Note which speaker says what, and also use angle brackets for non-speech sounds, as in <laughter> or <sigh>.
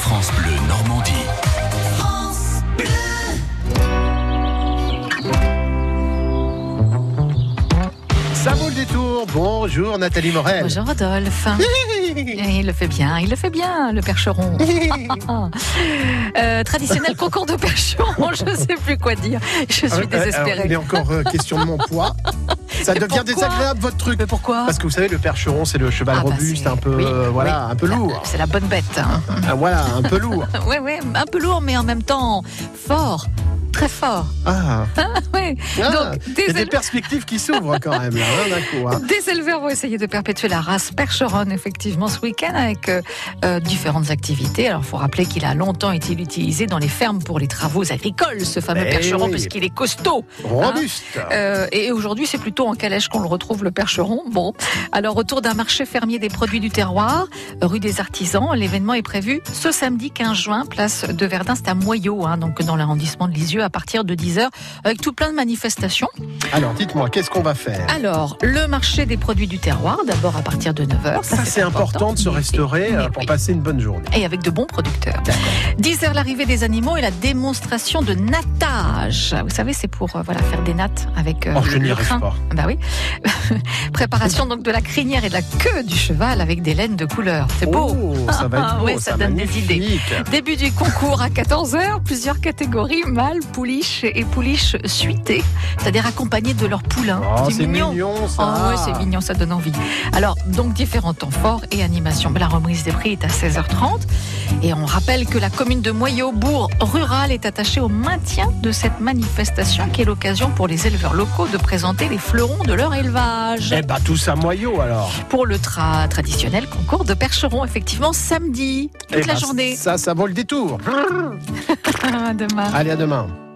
Speaker 1: France Bleu Normandie.
Speaker 2: Ça vaut le détour. Bonjour Nathalie Morel. <laughs>
Speaker 3: Bonjour Rodolphe. Et il le fait bien, il le fait bien, le percheron.
Speaker 2: Ah
Speaker 3: Euh,
Speaker 2: <laughs>
Speaker 3: traditionnel concours de percheron, <laughs> je ne sais plus quoi dire. Je
Speaker 2: Euh, euh,
Speaker 3: suis
Speaker 2: alors, il est
Speaker 3: désespérée.
Speaker 2: encore euh, question de mon
Speaker 3: <laughs>
Speaker 2: poids. Ça
Speaker 3: Mais
Speaker 2: devient
Speaker 3: pourquoi
Speaker 2: désagréable votre truc.
Speaker 3: Mais pourquoi
Speaker 2: Parce que vous savez, le percheron, c'est le cheval
Speaker 3: Ah, bah,
Speaker 2: robuste,
Speaker 3: c'est-
Speaker 2: un peu,
Speaker 3: oui,
Speaker 2: euh, voilà,
Speaker 3: oui.
Speaker 2: un peu
Speaker 3: La-
Speaker 2: lourd.
Speaker 3: C'est la bonne bête.
Speaker 2: <laughs>
Speaker 3: hein.
Speaker 2: Ah, voilà, un peu lourd.
Speaker 3: Ouais, ouais, un peu lourd, mais en même temps fort, très fort. <laughs>
Speaker 2: Ah.
Speaker 3: Ouais.
Speaker 2: Ah,
Speaker 3: Donc,
Speaker 2: Il y a
Speaker 3: des
Speaker 2: des
Speaker 3: éle-
Speaker 2: perspectives qui s'ouvrent quand même, là, hein, d'un coup. hein.
Speaker 3: Des éleveurs vont essayer de perpétuer la race percheronne, effectivement, ce week-end, avec euh, euh, différentes activités. Alors, il faut rappeler qu'il a longtemps été utilisé dans les fermes pour les travaux agricoles, ce fameux
Speaker 2: Eh
Speaker 3: percheron,
Speaker 2: oui.
Speaker 3: puisqu'il est costaud.
Speaker 2: Robuste.
Speaker 3: Euh, et aujourd'hui, c'est plutôt en calèche qu'on le retrouve, le percheron. Bon, alors, autour d'un marché fermier des produits du terroir, rue des Artisans, l'événement est prévu ce samedi 15 juin, place de Verdun, c'est à Moyau, hein, donc dans l'arrondissement de Lisieux, à partir de 10h, avec tout plein de manifestations.
Speaker 2: Alors, dites-moi, qu'est-ce qu'on va faire
Speaker 3: Alors, le marché des produits du terroir, d'abord à partir de 9h.
Speaker 2: Ça, c'est important de se restaurer euh, pour passer une bonne journée.
Speaker 3: Et avec de bons producteurs. 10h, l'arrivée des animaux et la démonstration de nattage. Vous savez, c'est pour euh, voilà, faire des nattes avec euh,
Speaker 2: Or, Oh, je
Speaker 3: le
Speaker 2: n'y arrive
Speaker 3: crin.
Speaker 2: pas.
Speaker 3: Bah oui. <laughs> Préparation donc de la crinière et de la queue du cheval avec des laines de couleur. C'est beau.
Speaker 2: Oh, ça va être beau,
Speaker 3: <laughs> Ouais, ça donne des idées.
Speaker 2: magnifique.
Speaker 3: Début du concours à 14h, plusieurs catégories, mâles, pouliches et pouliches suitées, c'est-à-dire accompagnées de leurs poulains.
Speaker 2: Oh, c'est mignon, ça.
Speaker 3: Ah ouais, c'est mignon, ça donne envie. Alors, donc différents temps forts et animations. La remise des prix est à 16h30. Et on rappelle que la commune de Moyau, bourg rural, est attachée au maintien de cette manifestation qui est l'occasion pour les éleveurs locaux de présenter les fleurons de leur élevage.
Speaker 2: Eh ben, tous à moyau alors.
Speaker 3: Pour le tra- traditionnel concours de percheron, effectivement, samedi, toute
Speaker 2: Eh
Speaker 3: la
Speaker 2: ben,
Speaker 3: journée.
Speaker 2: Ça, ça vaut le détour.
Speaker 3: <laughs> Demain.
Speaker 2: Allez, à demain.